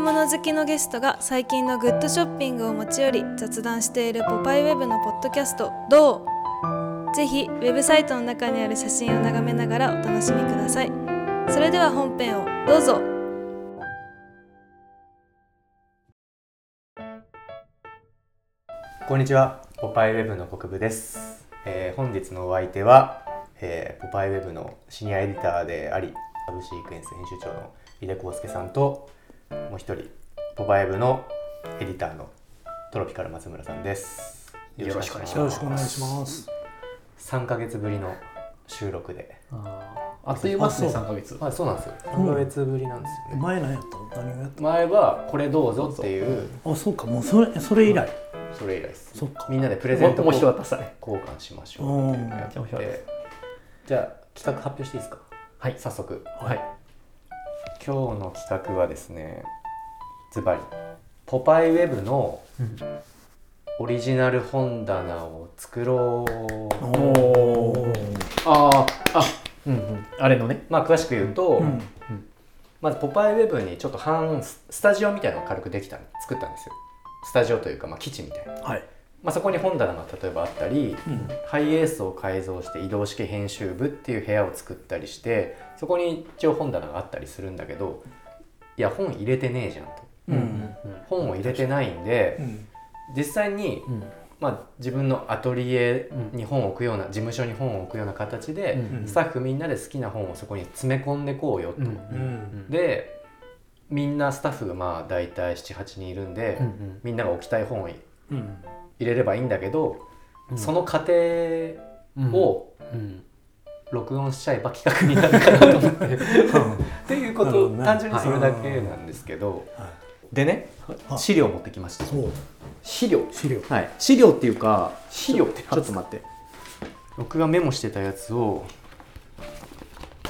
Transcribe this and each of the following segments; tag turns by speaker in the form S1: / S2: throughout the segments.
S1: 物好きのゲストが最近のグッドショッピングを持ち寄り雑談しているポパイウェブのポッドキャスト「どう?」ぜひウェブサイトの中にある写真を眺めながらお楽しみくださいそれでは本編をどうぞ
S2: こんにちは、ポパイウェブの国部です。えー本日のお相手は、えーポパイウェブのシニアエディターであり、株式クエンス編集長の井出康介さんと、もう一人、ポパイウェブのエディターのトロピカル松村さんです。よろしくお願いし
S3: よ
S2: ま
S3: ろしくお願い
S2: す。
S3: します。
S2: 3ヶ月ぶりの収録で。
S4: あーあっという間ですね
S3: あそう
S4: 3ヶ月
S2: あそうなんですよ。3ヶ月ぶりなんですよね。
S3: 前何やったの？何をやっ
S2: 前はこれどうぞっていう、
S3: た？あ、そうか。もうそれそれ以来。
S2: それ以来です。
S3: そっか。
S2: みんなでプレゼント
S4: 面
S2: 交
S4: 白
S2: 換
S4: かったですね
S2: 交換しましょうっていうのをやって
S4: うん
S2: てじゃあ企画発表していいですか
S4: はい
S2: 早速
S4: はい
S2: 今日の企画はですねズバリ「ポパイウェブのオリジナル本棚を作ろう
S3: おお。
S4: あーあうんうんあれのね」
S2: まあ詳しく言うと、
S3: うん。
S2: まず「ポパイウェブにちょっと半スタジオみたいなのを軽くできた作ったんですよスタジオというか、まあ、基地みたいな、
S3: はい。
S2: まあ、そこに本棚が例えばあったり
S3: うん。
S2: ハイエースを改造して移動式編集部っていう部屋を作ったりしてそこに一応本棚があったりするんだけどいや本入れてねえじゃんと、
S3: うん。
S2: 本を入れてないんで
S3: うん。
S2: 実際に、
S4: うん
S2: まあ、自分のアトリエに本を置くような事務所に本を置くような形
S4: う
S2: で、
S4: ん
S2: スタッフみんなで好きな本をそこに詰め込んでこうよと、
S4: うん
S3: う。
S4: うんん
S2: でみんなスタッフがまあ大体78人いるんで、
S4: うん
S2: みんなが置きたい本を入
S3: うん。
S2: れればいいんだけど、
S4: うん
S2: その過程
S4: うん
S2: を、
S4: うん
S2: 録音しちゃえば企画になるかなと思ってっていうこ
S3: なる
S2: と、
S3: ほどね
S2: 単純にそれだけなんですけど、
S3: はい。
S2: でね
S3: はい
S2: 資料持ってきました
S3: そう。
S2: 資料
S3: 資料。
S2: はい資料っていうか資料って
S4: ちょっと待って
S2: 僕がメモしてたやつを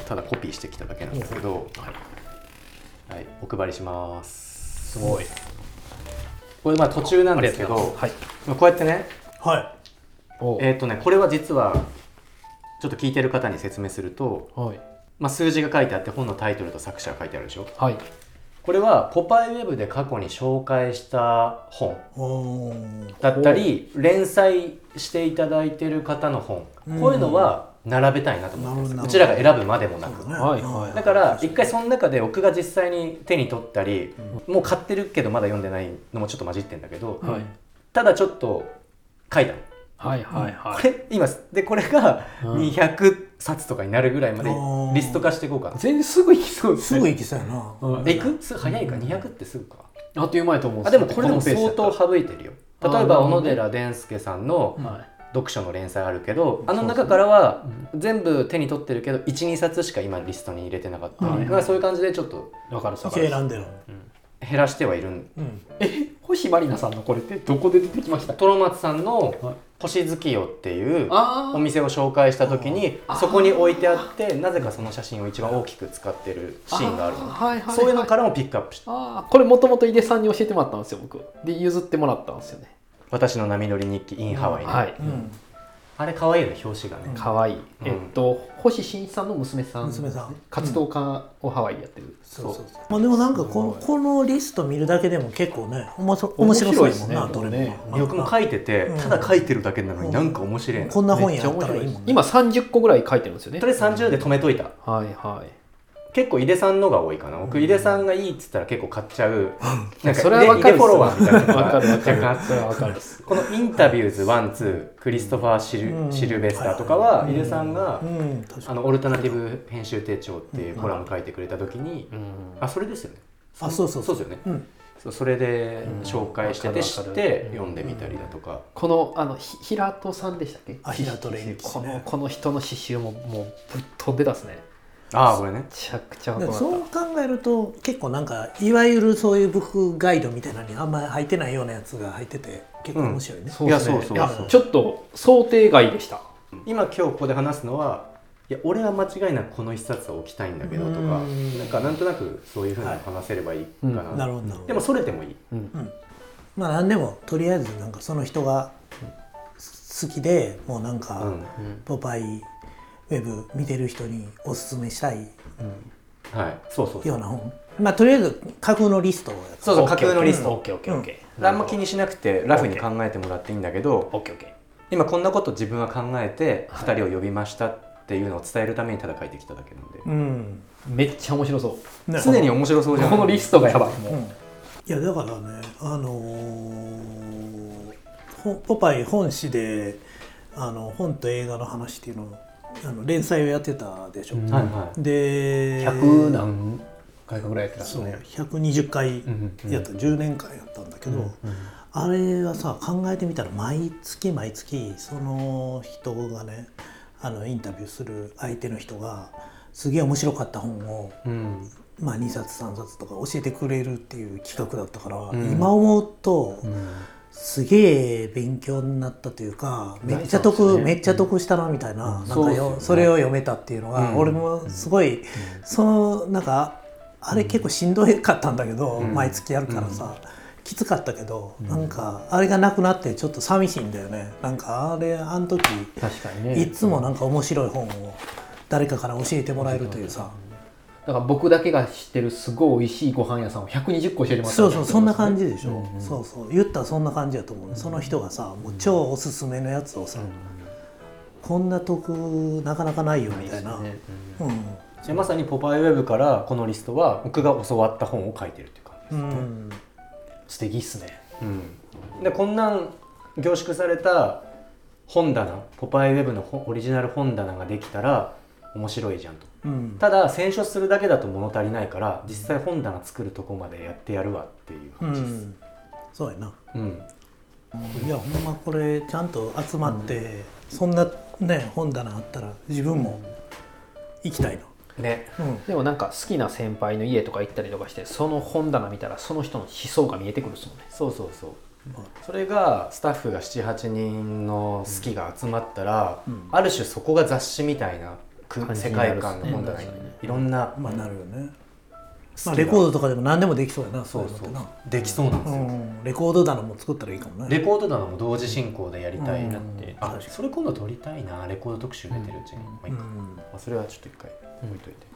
S2: ただコピーしてきただけなんですけど、はいお配りしますす
S4: ごい
S2: これまあ途中なんですけど
S4: はい
S2: まあこうやってね
S3: は
S4: お
S2: えっ、とねこれは実はちょっと聞いてる方に説明すると、
S4: はい
S2: まあ、数字が書いてあって本のタイトルと作者が書いてあるでしょ
S4: はい
S2: これはポパイウェブで過去に紹介した本
S3: い。おお。
S2: だったり連載していただいてる方の本
S3: うん
S2: こういうのは並べたいなと思って
S3: なるほどなる
S2: ます
S3: ほど
S2: うちらが選ぶまでもな
S3: そう
S2: く
S3: だね。
S4: はいはい
S2: だから一回その中で僕が実際に手に取ったりもう買ってるけどまだ読んでないのもちょっと混じってんだけど
S4: はい
S2: ただちょっと書いたの
S4: はいはいは
S2: こ
S4: い
S2: れ今でこれが
S4: うん
S2: 200冊とかになるぐらいまで
S3: うん
S2: リスト化していこうかな
S4: 全然すぐ行きそうです
S3: すぐ
S4: ね
S3: 行きそうやな。
S4: うん
S2: えいくす早いか200ってすぐか
S4: あっという間やと思うん
S2: あ
S4: す
S2: で
S4: よ
S2: もこれでも相当省いてるよ
S4: あ
S2: 例え
S4: ーなる
S2: ば
S4: ほ
S2: 小
S4: ど
S2: 野
S4: ね
S2: 寺伝介さんの
S4: は
S2: 読書の連載あるけどあの中からは全部手に取ってるけど12冊しか今リストに入れてなかった、
S3: はい
S2: だからそういう感じでちょっと
S4: いわかるさ
S3: 一回選んでる。
S2: 減らしてはいるん
S3: うん。
S4: え星まりなさんのこれってどこで出てきました
S2: トロマツさん
S4: はい
S2: の「星月夜」っていう
S4: あ
S2: お店を紹介した時にそこに置いてあってなぜかその写真を一番大きく使ってるシーンがあるの
S4: はいはいは
S2: そういうのからもピックアップして
S4: ああこれもともと井出さんに教えてもらったんですよ僕で譲ってもらったんですよね
S2: 私の波乗り日記 in ハワイ、ね
S4: はい
S3: うん。
S2: あれ可愛いよね表紙がね、
S3: うん
S4: 可愛い
S2: うん
S4: えっと星新一さんの娘さん
S3: 娘さん。
S4: 活動家をハワイでやってる
S3: そうそうそう。まあでもなんかこの
S4: す
S3: このリスト見るだけでも結構ね、おもそ面白そうやもんな。
S4: 面
S3: ど
S4: 白
S3: れ
S4: いですね
S3: も。
S2: 僕も書いてて、
S3: うん
S2: ただ書いてるだけなのになんか面白いな、
S3: こんな本
S4: めっち
S3: や
S4: ゃ
S3: っ
S4: 面
S3: たら
S4: 白
S3: い
S4: いで
S3: いも
S4: す
S3: んね。
S4: 今30個ぐらい書いてるんですよね
S2: とりあえず30で止めといた
S4: はいはい
S2: 結構井出さんのが多いかな僕井出さんがいいっつったら結構買っちゃうなんか
S4: それはわ
S2: 井
S4: か
S2: 出
S4: るっ
S2: フ
S4: す
S2: ォロワーみたいなのが
S4: わかるわ
S2: 若
S4: かる
S2: 干
S4: それはわかるっす
S2: このインタビューズ12クリストファーシル・
S3: うん
S2: シルベスターとかは
S3: うん
S2: 井出さんが、
S3: うん、確か
S2: あ
S3: に。
S2: のオルタナティブ編集手帳っていうコラム書いてくれた時に、あそれですよね
S3: あ、そうそう
S2: そうですよね
S3: うん。
S2: そうそれで
S4: うん
S2: 紹介してて
S4: わ
S2: 知
S4: かる
S2: っ
S4: わかる
S2: て
S4: うん
S2: 読んでみたりだとか、
S4: このあのひ平戸さんでしたっけ
S3: あ平戸蓮吉
S4: こ
S3: ね
S4: のこの人の刺繍ももうぶっ飛んでたっすねめ
S2: ああこれね
S4: ちゃくちゃ
S3: だ
S4: 分
S3: から
S4: か
S3: そう
S4: っ
S3: 考えると結構なんかいわゆるそういうブックガイドみたいなのにあんまり入ってないようなやつが入ってて結構面白いね
S4: た、そうっすね
S2: いやそうそう
S4: いやちょっと想定外でした
S2: 今今日ここで話すのはいや俺は間違いなくこの一冊を置きたいんだけどとか
S3: うん
S2: なんかなんとなくそういうふうに話せればいいかな,、
S4: は
S3: なるほどなるほど
S2: でもそれてもいい
S4: うん
S3: まあ何でもとりあえずなんかその人が好きでもうなん
S2: う
S3: か
S2: ん
S3: 「ポパイ」ウェブ見てる人におすすめしたい
S2: はい、そうそうそう
S3: ような本まあとりあえず架空のリストを
S4: そうそう
S2: 架
S4: 架
S2: 空
S4: 空
S2: の
S4: の
S2: リ
S4: リ
S2: ス
S4: ス
S2: ト
S4: ト OKOKOK
S2: あんま気にしなくてラフに考えてもらっていいんだけど
S4: OKOK
S2: 今こんなこと自分は考えて
S4: はい
S2: 2人を呼びましたっていうのを伝えるためにただ書いてきただけなんで、
S3: うん
S4: めっちゃ面白そう
S3: ね
S2: 常に面白そうじゃん
S4: このリストがやばいもう、
S3: いやだからねあのーほポパイ本誌であの本と映画の話っていうのをあの連載をやってたでしょ、
S4: うん
S2: はいは
S3: で
S4: 100何回かぐらいやってたっす
S3: そう
S4: ね
S3: 120回
S2: い、うんうん
S3: やった、10年間やったんだけど、あれはさ考えてみたら毎月毎月その人がねあのインタビューする相手の人がすげえ面白かった本を
S2: うん
S3: まあ、2冊3冊とか教えてくれるっていう企画だったから、
S2: ん
S3: 今思うと、
S2: うん
S3: すげえ勉強になったというかめっちゃ
S4: そうで
S3: 得、
S4: すね
S3: めっちゃ得したなみたい
S4: うん
S3: な,、なん
S4: そう
S3: か
S4: ですよ
S3: よ
S4: ね
S3: それを読めたっていうのが、
S2: うん
S3: 俺もすごい、そのなんかあれ結構しんどいかったんだけど、
S2: うん
S3: 毎月やるからさ、きつかったけど、なんかあれがなくなってちょっと寂しいんだよねなんかあれあの時
S4: 確かにね
S3: いつもなんか面白い本を誰かから教えてもらえるというさ。
S4: だから僕だけが知ってるすごい美味しいご飯屋さんを120個教えてもらった
S3: そうそうそんな感
S4: じ
S3: じでしょ、そうそう言ったらそんな感じやと思う、その人がさもう超おすすめのやつをさ、こんな得なかなかないよみたいな、う
S2: じゃあまさに「ポパイウェブ」からこのリストは僕が教わった本を書いてるっていう感じ
S3: ん、うん、
S4: 素敵っすね
S2: でこんなん凝縮された本棚「ポパイウェブ」のほオリジナル本棚ができたら面白いじゃんと
S3: うん、
S2: ただ選書するだけだと物足りないから実際本棚作るとこまでやってやるわっていう
S3: う
S2: 話です、
S3: ん、そうやな、
S2: うん
S3: いやほんまこれちゃんと集まって、そんなね本棚あったら自分も行きたい
S2: ね
S3: の、うん、
S4: でもなんか好きな先輩の家とか行ったりとかしてその本棚見たらその人の思想が見えてくるっすもんね
S2: そうそうそうそれがスタッフが78人の好きが集まったら、
S3: うん
S2: ある種そこが雑誌みたいなく
S4: 感じ
S2: 世
S4: にな
S2: 界
S4: るっすね
S2: 観の本棚に
S4: 確かにね
S2: いろんな
S3: まあなるよね、ま
S2: 好
S3: あ、
S2: きが
S3: レコードとかでも何でもできそうやなそ
S2: そうう
S3: いうのっ
S2: そ
S3: て
S2: う
S3: な
S2: できそうなんですよ、
S3: うん、レコード棚も作ったらいいかもね
S2: レコード棚も同時進行でやりたいなって、
S3: うん
S2: あ
S3: 確かに
S2: それ今度撮りたいなレコード特集出てるうちに、まあいいか
S3: うん
S2: まあ、それはちょっと一回置いといて、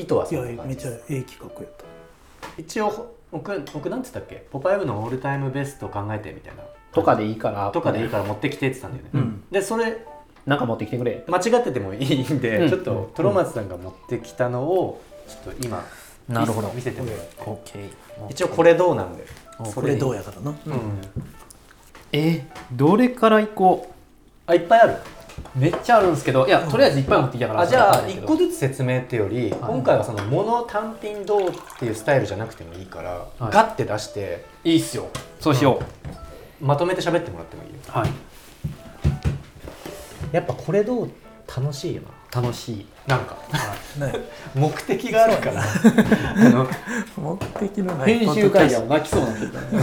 S2: 意図はいそんな
S3: や
S2: 感
S3: め
S2: じで
S3: っちゃ
S2: す
S3: ええ企画やった
S2: 一応僕僕なんつったっけ「ポパイブのオールタイムベスト考えて」みたいな
S4: とかでいいから
S2: とかでいいから持ってきてって言ってたんだよね、
S3: うん
S2: でそれ
S4: なんか持ってきてくれ
S2: 間違っててもいいんで、
S4: うん
S2: ちょっとトロマツさんが持ってきたのをちょっと今
S4: なるほど
S2: 見せてもらって、
S4: OK
S2: 一応これどうなんで
S3: これどう
S2: や、
S3: やからな、
S2: うん
S4: えどれから行こ
S2: あいっぱいある
S4: うめっちゃあるんですけどいやとりあえずいっぱい持ってきたから
S2: あじゃあ
S4: 一
S2: 1個ずつ説明ってより、今回はその物単品どうっていうスタイルじゃなくてもいいから、
S4: はい
S2: ガッて出して
S4: いいっすよそうしよう、
S2: まとめて喋ってもらってもいいよ
S4: はい
S2: やっぱこれどう楽しいよ
S4: 楽しい
S2: ななんか
S3: ね、
S2: 目的があるからあの、
S3: 目的のない
S4: 編集会社も泣きそうなんですよ
S2: う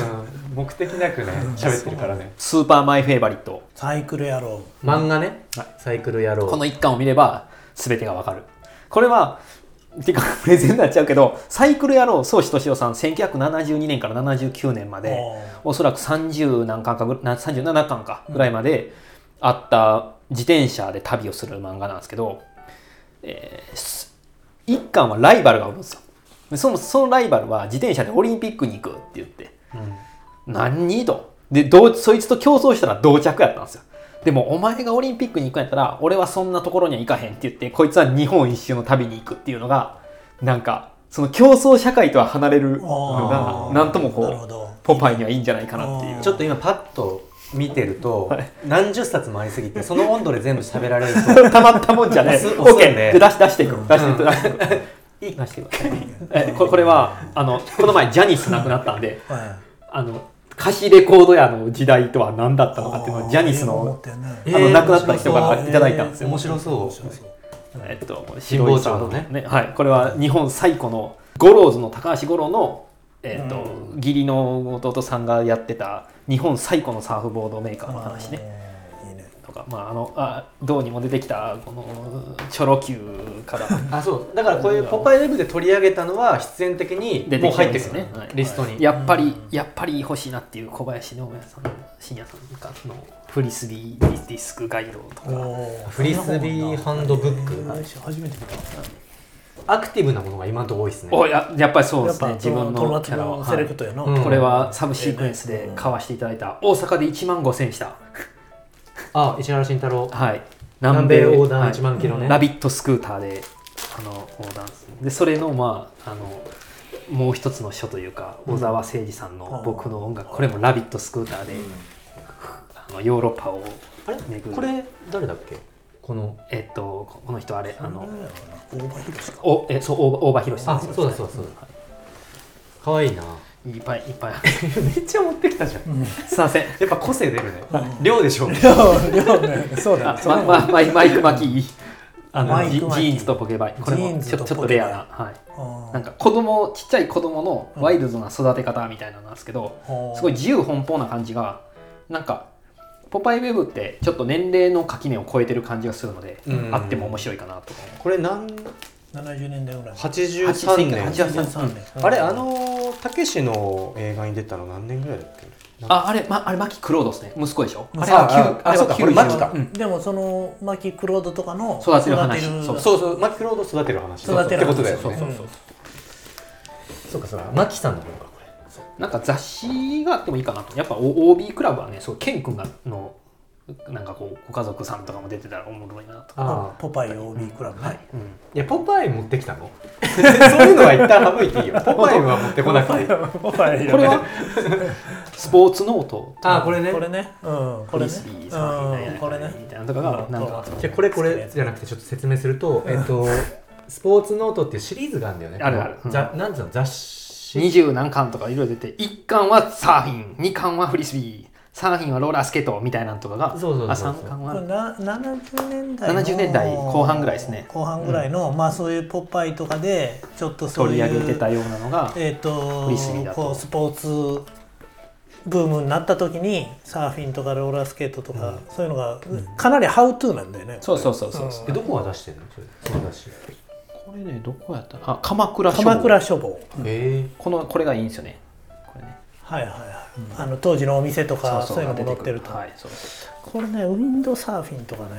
S2: ん目的なくね喋ってるからね
S4: スーパーマイフェイバリット
S3: サイクルやろ
S2: 漫画ね、サイクル野郎
S4: この一巻を見れば全てがわかるこれはてか プレゼンになっちゃうけどサイクル野郎宗志敏夫さん1972年から79年ま
S3: う
S4: でおそらく30何巻かぐな37巻かぐらいまであった自転車で旅をする漫画なんですけど、えーす一巻はライバルがおるんですよでそのそのライバルは自転車でオリンピックに行くって言って何にとでどうそいつと競争したら同着やったんですよでもお前がオリンピックに行くんやったら俺はそんなところには行かへんって言ってこいつは日本一周の旅に行くっていうのがなんかその競争社会とは離れるの
S3: あー
S4: がなんともこ
S3: なるほ
S4: う
S3: ど
S4: ポパイにはいいんじゃないかなってい
S3: あ
S4: う
S3: ー
S2: ちょっと今パッと見てると、何十冊もありすぎてその温度で全部喋られると
S4: たまったもんじゃねえ。
S2: 押す
S4: OK
S2: 押すんで
S4: で出し出していく。出していく。
S2: うん
S4: 出していく。いい出していく。えここれはあのこの前ジャニス亡くなったんで、
S3: は
S4: あの歌詞レコード屋の時代とは何だったのかっていうのをジャニスの
S2: え
S4: あ
S2: ー
S4: の亡くなった人からいただいたんですよ。
S2: 面白そう
S4: えっと
S2: 神保町の
S4: の
S2: ね
S4: ねはいこれは日本最古の五郎ズの高橋五郎のえっと義理の弟さんがやってた日本最古のサーフボードメーカーの話ね。
S3: いいね
S4: とかまああのあどうにも出てきたこのチョロ Q から
S2: あそうだからこういう「ポパイウェブ」で取り上げたのは必然的に
S4: 出
S2: も
S4: て
S2: う
S4: きて
S2: 入って
S4: るんで
S2: く
S4: す
S2: る
S4: よ
S2: ね
S4: ね、
S2: はいリストに
S4: やっぱり、やっぱり欲しいなっていう小林信也さんの信也さんかのフリスビーディスクガイドとか
S3: おー
S2: フリスビーハンドブック
S3: えー初めて見た
S2: アクティブなものが今のとこ多いですね
S4: おややっぱりそうで
S3: やっ
S4: すね
S3: ぱ
S4: 自
S3: 自
S4: 分
S3: 分
S4: の
S3: の
S4: キ
S3: キ
S4: ャ
S3: ャ
S4: ラ
S3: ラ
S4: は、
S3: セレクトやな、
S2: はいうん
S4: これはサブシークエンスで買わしていただいた大阪で1万5000した
S2: あ石原慎太郎
S4: はい
S2: 南米横断
S4: はい
S2: 1万キロね、
S4: ラビットスクーターであの横断でそれのまああのもう一つの書というか小沢誠二さんの「僕の音楽」これも「ラビットスクーターで」あのヨーロッパを
S2: あれ
S4: 巡る
S2: これ誰だっけこの
S4: えっとここの人あれあ
S3: あの
S4: の
S3: 大場博士か
S4: おえそう大大場博さん
S2: あそうだそうだそうだ
S4: は
S2: かわいいな
S4: いいっぱいいっぱい
S2: めっちゃ持ってきたじゃん
S4: すいません
S2: やっぱ個性出るね量でしょうね
S3: 量ねそうだ
S4: あ
S3: ね
S4: ままマイマイク巻きあの
S3: マイ
S4: ジジ
S3: ク巻き
S4: ーンズとポケバイこれ
S3: ジー
S4: も
S3: ンズ
S4: ちょ
S3: と
S4: っとちょっと
S3: ポケ
S4: レ
S3: バ
S4: ア
S3: イ
S4: なはい
S3: な
S4: なんか子供ちっちゃい子供のワイルドな育て方みたいなのなんですけど、すごい自由奔放な感じがなんか「ポパイウェブ」ってちょっと年齢の垣根を超えてる感じがするので、
S2: うん
S4: あっても面白いかなと
S2: これ何
S3: 70年代ぐらい
S2: 83年
S4: 83
S3: 1983年
S2: あれあのたけしの映画に出たの何年ぐらいだっけ
S4: ああれ、ま、あれマキクロードですね息子でしょ
S3: うん
S4: あれは
S2: あ
S4: 9
S2: あ
S4: あれ
S2: そう
S4: は
S2: か
S4: 90
S2: これマキか
S4: うん
S3: でもそのマキクロードとかの
S4: 育てる話
S3: 育てる
S4: そう
S2: そうそうマキクロード育てる話
S3: 育てる話
S2: ってことだよね
S4: そうそうそう
S2: そうかそうかマキさんの方かこれ
S4: なんか雑誌があってもいいかなとやっぱ O- OB クラブはねそうケン君がのなんかこうご家族さんとかも出てたらおもろいなとか、
S2: ああ
S3: ポパイ OB クラブね
S4: うん、
S2: いやポパイ持ってきたの そういうのは一旦省いてい いよポパイは持ってこなくていい
S3: ポパイ
S4: これは スポーツノート
S2: あこれね
S3: これねうんこ
S4: フ
S3: れ
S4: リ
S3: ね
S4: スビーさんみたい
S3: うん
S4: な
S3: これね
S4: みたいなとかがなんか
S2: じゃあこれこれじゃなくてちょっと説明すると、えっと、スポーツノートっていうシリーズがあるんだよね。
S4: あるある
S2: このざなんつうの雑誌
S4: 二十何巻とかいろいろ出て一巻はサーフィン二巻はフリスビー三巻はローラースケートみたいなのとかが
S2: そうそうそうそう
S4: あ3巻
S3: これ
S4: は
S3: な70年代の
S4: 70年代後半ぐらいですね
S3: 後半ぐらいの、まあそういうポパイとかでちょっとそう
S4: 取
S3: い
S4: り
S3: う
S4: 上げてたようなのが
S3: えー、と
S4: フリスビーだと
S3: こうスポーツブームになった時にサーフィンとかローラースケートとか、そういうのがかなりハウトゥーなんだよね。
S4: そうそうそうそう
S2: えどこが出してるのそれその雑誌。
S4: これねどこやったあ鎌倉書房
S3: 鎌倉書房、
S2: え
S4: このこれがいいんですよねこれね
S3: はいはいはいあの当時のお店とかそういうのも載ってると
S4: はいそうそう
S3: これねウィンドサーフィンとかね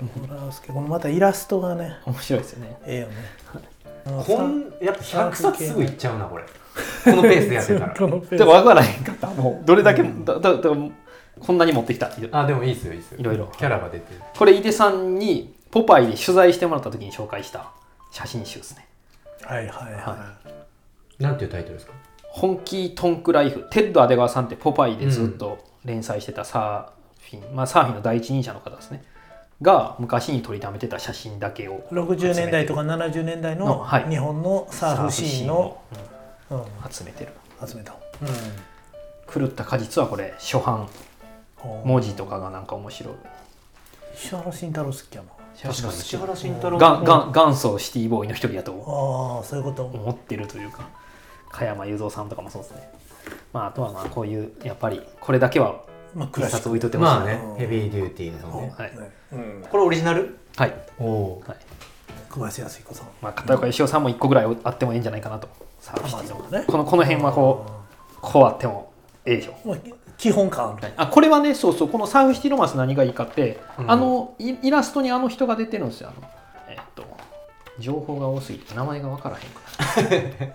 S3: ローラースケートこのまたイラストがね
S4: 面白いですよね
S3: ええよねあの
S2: こんやっぱ100冊すぐいっちゃうなこれ。このペースでやって たら。
S3: このペー
S4: で
S3: ジ
S4: も分からへんかったもうどれだけだだだこんなに持ってきた
S2: あでもいいですよいいですよ。
S4: いろいろ
S2: キャラが出てる。
S4: これ井出さんにポパイで取材してもらった時に紹介した写真集ですね
S3: はいはいは
S2: なんていうタイトルですか。
S4: 本気トンクライフテッド・アデガーさんってポパイでずっと連載してたサーフィン、まあサーフィンの第一人者の方ですねが昔に撮りためてた写真だけを
S3: い60年代とか70年代
S4: の
S3: の
S4: はい
S3: 日本のサーフシーンの、
S4: サーフシ
S3: うん、
S4: ーンを集めてる
S3: 集めた、
S4: 狂った果実はこれ初版
S3: うん、
S4: 文字とかがなんか面白い
S3: 石原慎太郎好きやな
S2: 確かに石原慎太郎
S4: がんがん元祖シティボーイの一人だと
S3: ああそういうこと
S4: 思ってるというか加山雄三さんとかもそうですねまああとはまあこういうやっぱりこれだけは
S3: まあク
S4: 一
S3: ラシッ
S4: 冊
S3: ク
S4: 置いといてほしい
S2: まあ
S4: な
S2: ねヘビーデューティーのね。
S4: はい
S3: ねうん、
S2: これオリジナル？
S4: はい、
S2: おお
S4: はい
S3: 小林靖彦さん
S4: まあ、片岡義雄さんも1個ぐらいあってもいいんじゃないかなと、サービス
S3: まあそうだね
S4: このこの辺はこうこうあってもええでしょ
S3: まあき基本感ある、
S4: あこれはねそうそうこのサーフシティロマンス何がいいかって、
S2: うん
S4: あのイイラストにあの人が出てるんですよあのえっと情報が多すぎて名前が分からへんくなる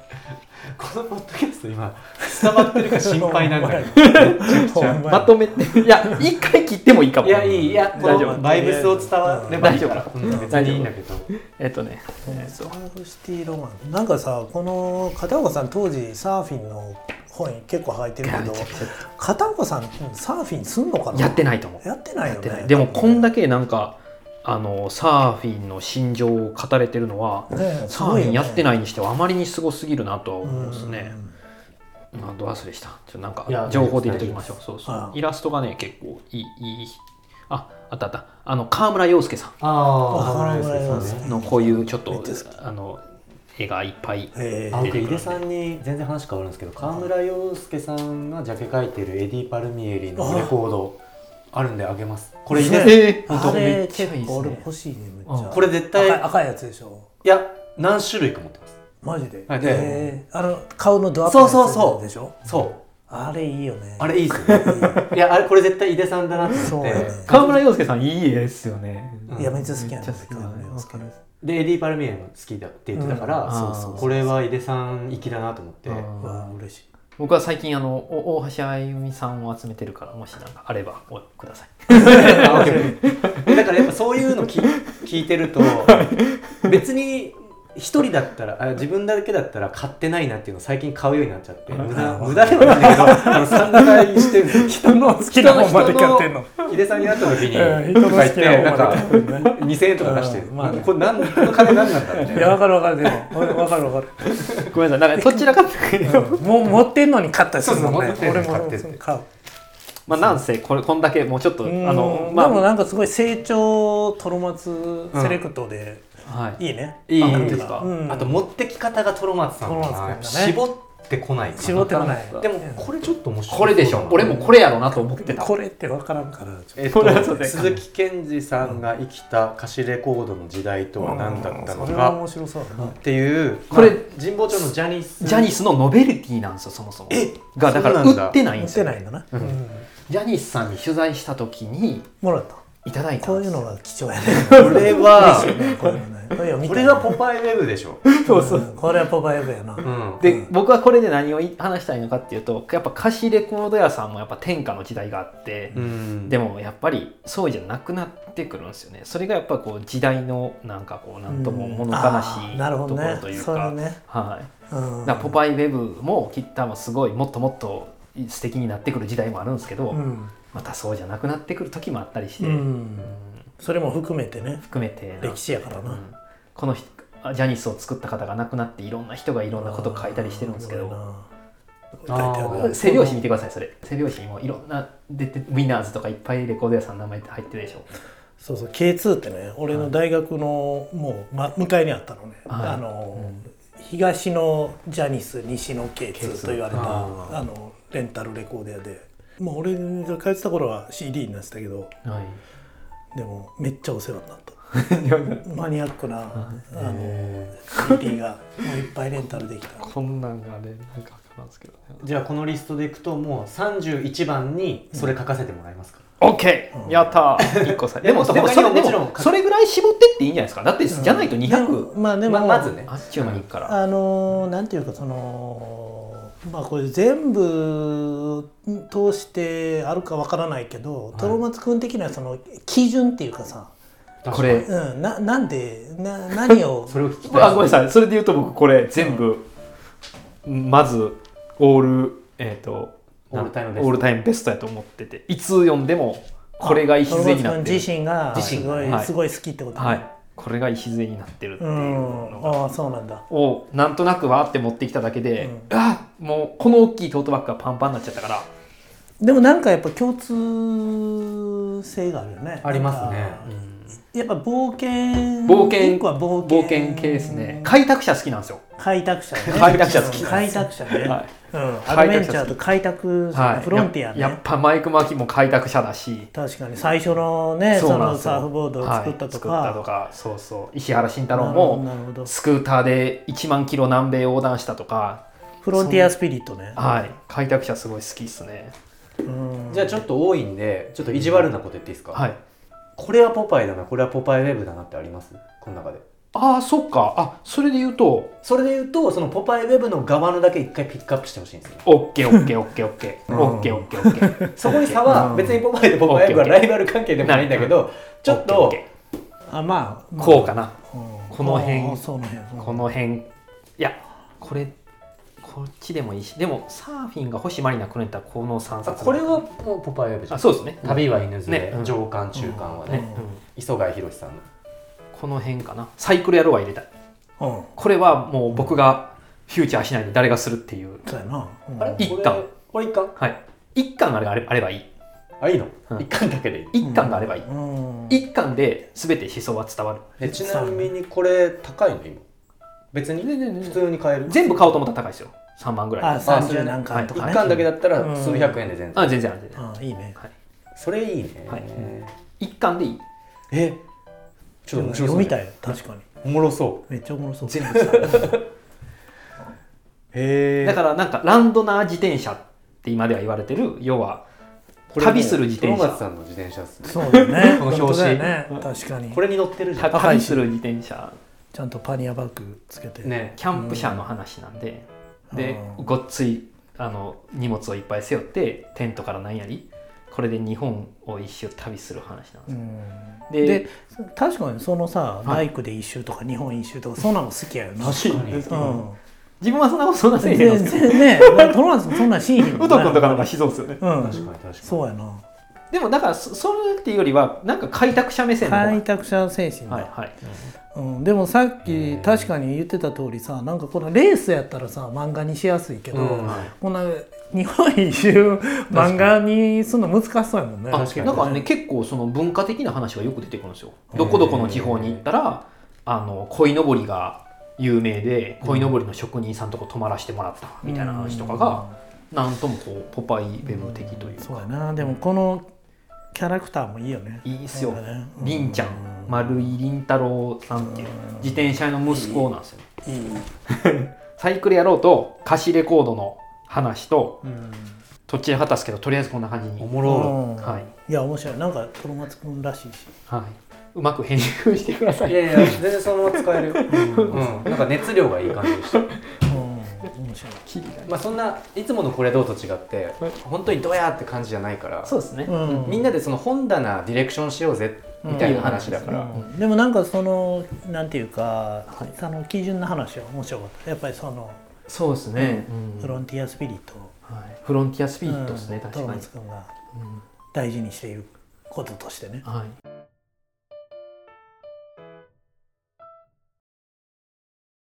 S2: このポッドキャスト今伝わってるか心配なんだけど。
S3: ほんまや
S4: まとめていや一回切ってもいいかも
S2: いやいいいやこ
S4: 大丈
S2: の
S4: 夫
S2: バイブスを伝わればいいから。
S4: 大丈
S2: う
S4: 夫
S2: ん別にいいんだけど。
S4: えっとねえっ
S3: サ
S4: と
S3: ーフシティロマンなんかさこの片岡さん当時サーフィンの本結構入ってるけ
S4: いや
S3: ど
S4: めちゃくちゃ
S3: 片岡さんサーフィンすんのかな
S4: やってないと思う
S3: やってないよ
S4: ってない
S3: ね
S4: でもこんだけなんかあのサーフィンの心情を語れてるのは、
S3: ねえす
S4: サ
S3: ご
S4: ー
S3: い
S4: フィン
S3: よね
S4: やってないにしてはあまりにすごすぎるなとは
S3: うん
S4: 思うんですね、あど忘れしたちょっとなん
S2: いや
S4: か情報で入れておきましょうそうそ
S3: は
S4: う
S3: い
S4: イラストがね結構いいいいああったあったあの河村洋介さ
S2: あ
S3: あ
S2: あ、
S3: ー
S2: そうですね
S4: ん。のこういうちょっ
S3: めっ
S4: と
S3: ちゃ好
S4: あの絵がいっぱい
S3: え
S2: あ
S3: ー
S2: 僕井出さんに全然話変わるんですけど川村洋介さんがジャケ描いてるエディ・パルミエリのレコードあるんであげますこれ井出さん
S3: ね
S4: え
S2: 本
S3: あ
S2: 当め
S3: れ
S2: っちゃいい
S3: 結
S2: です
S3: 構俺
S2: ね
S3: 欲しいねめっちゃ
S2: これ絶対
S3: 赤い赤いやつでしょ
S2: いや何種類か持ってます
S3: マジで、
S2: はいで
S3: えーあの顔のドアップ
S2: そうそうそう
S3: のやつでしょ
S2: そう
S3: あれいいよね
S4: あれいいっすよね
S2: いやあれこれ絶対井出さんだなって
S3: そう
S2: 思っ
S3: だ
S2: て
S3: ね
S4: 河村洋介さんいい絵ですよね
S2: うん
S3: いやめっちゃ好きな
S4: め
S3: ん
S4: っち
S3: だ
S4: ゃ好きな
S3: 河
S4: の
S3: 村
S4: よ
S3: 洋介
S4: わか
S2: でエディ・パルミエも好きだって言ってたから、
S4: うん
S2: そう
S4: あー
S2: そうこれは井出さん粋だなと思って
S4: る
S3: うわ
S4: あー
S3: 嬉しい
S4: 僕は最近あのお大橋あゆみさんを集めてるからもし何かあればおください
S2: だからやっぱそういうのき聞いてると別に一人だったらあ自分だけだったら買ってないなっていうのを最近買うようになっちゃって無駄無駄ではないんだけどあの参考にしてる
S3: 人の好きなもんまで買ってんの
S2: 井出さんに会った時に
S3: うん
S2: とか言って
S3: 人の
S2: なん
S3: 好き
S2: か
S3: なもんまで買ってるね
S2: 2000円とか出してる、
S3: うんまあね
S2: これ何この金何なんだみたい
S3: い
S2: な
S3: やわかるわかるでもわかるわか
S4: ごめんなさいなん かどちら かというと
S3: る、もう持ってんのに買ったりするもん
S2: そうそう持
S3: ね
S2: ってんのに買っ
S3: 俺
S2: て
S3: も
S2: って
S3: そう買う
S4: まあなんせこれこんだけもうちょっとあ
S3: あ
S4: の
S3: の
S4: ま
S3: でも
S4: あ
S3: なんかすごい成長トロマツセレクトで
S4: はい
S3: いいね、
S2: いい
S4: あ本当
S2: で
S4: ですすか
S2: か、
S3: うん
S2: あと持ってき方がトロマツさんだな
S3: トロマツさんだね
S2: 絞ってこないかな
S3: 絞ってこない
S2: でもこれちょっと面白い
S4: これでしょ俺もこれやろうなと思ってた
S3: これってわからんからちょ
S2: えっ
S4: これはそう
S2: と、
S4: です
S2: 鈴木健二さんが生きた歌詞レコードの時代とは何だったの
S3: それは
S2: か
S3: 面白そうだな
S2: っていう
S4: これ
S2: まあ神保町のジャニス
S4: ジャニスのノベルティなんですよそもそも
S2: え
S4: がだから
S2: そ
S4: 売
S2: うなんだ
S4: ってないん
S3: 売
S4: で
S3: っ
S4: す
S3: て
S4: よ
S3: ないんだな、
S4: うん
S3: うん
S4: ジャニスさんに取材した時に
S3: もらった
S4: いただいた
S3: こ
S4: ん
S3: うい
S4: で
S3: う
S4: すよ
S3: のが貴重やね
S2: これは
S3: こういうのねこういうの見
S2: こ
S3: た
S2: れ
S3: い
S2: がポパイウェブでしょ、
S3: そうそうこれはポパイブやな、
S2: うん、
S4: で、
S3: うん
S4: 僕はこれで何をい話したいのかっていうとやっぱ歌詞レコード屋さんもやっぱ天下の時代があって、
S2: うん
S4: でもやっぱりそうじゃなくなってくるんですよねそれがやっぱこう時代のなんかこうなんとも物悲し
S3: うん
S4: い
S3: なる
S4: と
S3: ほど
S4: こ
S3: ね
S4: ろという
S3: そ
S4: か、
S3: れね、
S4: はい、
S3: うん、
S4: だからポパイウェブもきっと多分すごいもっともっと素敵になってくる時代もあるんですけど、
S3: うん、
S4: またそうじゃなくなってくる時もあったりして、
S3: う
S4: うん
S3: ん、それも含めてね
S4: 含めて
S3: 歴史やからな
S4: うんこの人ジャニスを作った方が亡くなっていろんな人がいろんなことを書いたりしてるんですけど。
S3: すごいな書いてあ
S2: あー
S3: る
S4: 背拍子見てくださいそれ背拍子にもいろんな出てウィナーズとかいっぱいレコード屋さんの名前って入ってるでしょ
S3: そうそう K2 ってね俺の大学のもう、ま、向かいにあったのね、
S4: はい
S3: あの、東のジャニス西の K2 と言われた
S2: あ
S3: あのレンタルレコード屋でもう俺が通ってた頃は CD になってたけど
S4: はい
S3: でもめっちゃお世話になったマニアックなあの CD がもういっぱいレンタルできた
S4: こんなんがねなんかなんですけど
S2: じゃあこのリストでいくともう31番にそれ書かせてもらえますか、
S4: OK、やったー1個さ
S2: いや
S4: でも
S2: もう
S4: でもそ
S2: 他に
S4: れ
S2: も
S4: で
S2: もちろん
S4: もそれぐらい絞ってっていいんじゃないですかだってじゃないと200、
S3: でもまあでも、
S2: ままずね
S4: あっちゅう間にいくから、
S3: あのーなんていうかそのまあこれ全部通してあるかわからないけど、トロマツ君的なその基準っていうかさ、
S4: これ
S3: うん、ななんでな何を
S2: それを聞きたい
S4: あごめんなさいそれで言うと僕これ全部、まずオールえっ、と
S2: オールタイムベスト
S4: オールタイムベストやと思ってていつ読んでもこれが礎にな
S3: トロ
S4: っ
S3: マツ
S4: てる
S3: 君自身が
S2: 自
S3: す
S2: 身
S3: ごい,、
S4: はい
S3: すごい好きってことね、
S4: はい、これが礎になってるっていううのが、
S3: んああそうなんだ
S4: をなんとなくわーって持ってきただけで、あもうこの大きいトートバッグがパンパンになっちゃったから
S3: でもなんかやっぱ共通性があるよね
S2: ありますね
S3: なんかやっぱ冒険
S4: 冒険
S3: 一個は冒険
S4: 冒険系ですね開拓者好きなんですよ、
S3: 開拓者ね
S4: 開拓者好き
S3: うん開拓者ね、
S4: は
S3: うん、アドベンチャーと開拓
S4: はい、
S3: フロンティアね、
S4: ややっぱマイク・マキも開拓者だし
S3: 確かに最初のねそ
S4: なん
S3: の
S4: ですよ
S3: サーフボードを作ったとか,、
S4: はい作ったとかそうそう石原慎太郎
S3: なるほどなるほ
S4: も
S3: ど
S4: スクーターで1万キロ南米横断したとか、
S3: フロンティアスピリットね
S4: はい、開拓者すごい好きっすね
S3: うん
S2: じゃあちょっと多いんでちょっと意地悪なこと言っていいですか、
S4: はい
S2: これはポパイだなこれはポパイウェブだなってありますこの中で
S4: ああそっかあそれで言うと
S2: それで言うとそのポパイウェブの側のだけ一回ピックアップしてほしいんですよ
S4: オッケーオッ ケーオッケーオッケーオッケーオッケーオッケー
S2: そこに差は別にポパイとポパイウェブはライバル関係でもないんだけどちょっ
S4: オッ
S2: と
S4: ケーオッケ
S3: あまあ
S4: ーこうかな
S3: うん
S4: この辺
S3: ああその辺うん
S4: この辺いやこれこっちでもいいしでもサーフィンが星マリナ来るんだったらこの3
S2: あ
S4: 冊
S2: これはもうポパイウェブじゃ
S4: あ
S2: ん
S4: そうですね
S2: 旅は犬連れ、
S4: ねうん
S2: 上巻中巻は
S4: ね、
S2: ね、
S4: うん
S2: 磯貝博さんの
S4: この辺かなサイクル野郎は入れたい
S3: うん
S4: これはもう僕がフューチャーしないで誰がするっていう
S3: そうやな、うん
S2: あれ
S4: 一巻
S2: これこれ一巻
S4: はい一巻があれあれあればいい
S2: あいいの、
S4: うん
S2: 一巻だけでいい
S4: 一巻があればいい、
S3: うん
S4: 一巻で全て思想は伝わる
S2: えちなみにこれ高いの今別に
S4: ねねねね
S2: 普通に買える
S4: 全部買おうと思ったら高いですよ3万ぐらい
S3: あ
S4: あ
S2: あそれ
S3: 30何回と
S2: 一
S3: かね、
S2: 巻だけだった
S3: う
S2: ら
S3: ん
S2: 数百円で全然、
S4: 全然ある全然
S3: あいいね
S4: はい
S2: それいいね、
S4: はい一巻でいい
S2: えちょっと面白そう
S3: 読みたいよ確かに
S2: おもろそう
S3: めっちゃおもろそう
S4: 全部伝わる
S2: へ
S4: だからなんかランドナー自転車って今では言われてる要は
S2: これもう
S4: 旅する自転車
S2: トロマツさんの自転車ですね
S3: そう だね
S2: この表紙
S3: 本当だよね確かに
S2: これに乗ってるじゃん
S3: 高いし
S4: 旅する自転車
S3: ちゃんとパニアバッグつけて
S2: ね
S4: キャンプ車の話なんで、
S3: うん
S4: で
S3: うん
S4: ごっついあの荷物をいっぱい背負ってテントから何やりこれで日本を一周旅する話なんです
S3: う
S4: よ、
S3: ん
S4: で
S3: で確かにそのさ
S4: い
S3: バイクで一周とか日本一周とかそんなの好きやよな
S4: 確かに
S3: うん
S4: 自分はそんなことそんなせえへんの
S3: 全
S4: ですけど
S3: 然ねだからトロマツもそんな新品
S4: ウト君とかの方がしそうですよね
S3: う
S2: 確
S3: ん
S2: かに確かに
S3: そうやな
S4: でもだからそそれっていうよりはなんか開拓者目線の方が
S3: 開拓者精神だ
S4: はいはい、
S3: うん、でもさっき
S2: ん
S3: 確かに言ってた通りさなんかこのレースやったらさ漫画にしやすいけど、
S2: うん
S3: こんな日本一周漫画にするの難しそうやもんね。
S4: あ
S2: 確かに
S4: なんかね結構その文化的な話がよく出てくるんですよどこどこの地方に行ったらあの鯉のぼりが有名で鯉のぼりの職人さんとこ泊まらせてもらったみたいな話とかがなんともこうポパイウェブ的という
S3: そうや
S4: か
S3: なでもこのキャラクターもいいよね。
S4: いいっすよ
S3: なんかね
S4: りんちゃん丸井凛太郎さんっていう自転車の息子なんですよ サイクルやろうと歌詞レコードの話とどっちで果たすけどとりあえずこんな感じ
S2: お
S4: に
S2: もろ
S3: うん
S4: はい
S3: いや面白いなんかトロマツくんらしいし
S4: はいうまく編集してください
S2: いやいや全然そのまま使え るよ、うん、なんか熱量がいい感じでした
S3: うん面白い。
S4: キリがない
S2: まあそんないつものこれどうと違って本当にドヤーって感じじゃないから
S4: そうですね
S3: うん
S2: みんなでその本棚ディレクションしようぜみたいな話だから、
S3: うんでもなんかそのなんていうか、その基準の話は面白かったやっぱりその
S4: そうですね、
S3: フロンティアスピリットを
S4: はい、フロンティアスピリットですね、
S3: うん
S4: 確
S3: トロ
S4: か
S3: マ
S4: に
S3: ツ、君が
S4: うん
S3: 大事にしていることとしてね
S4: はい、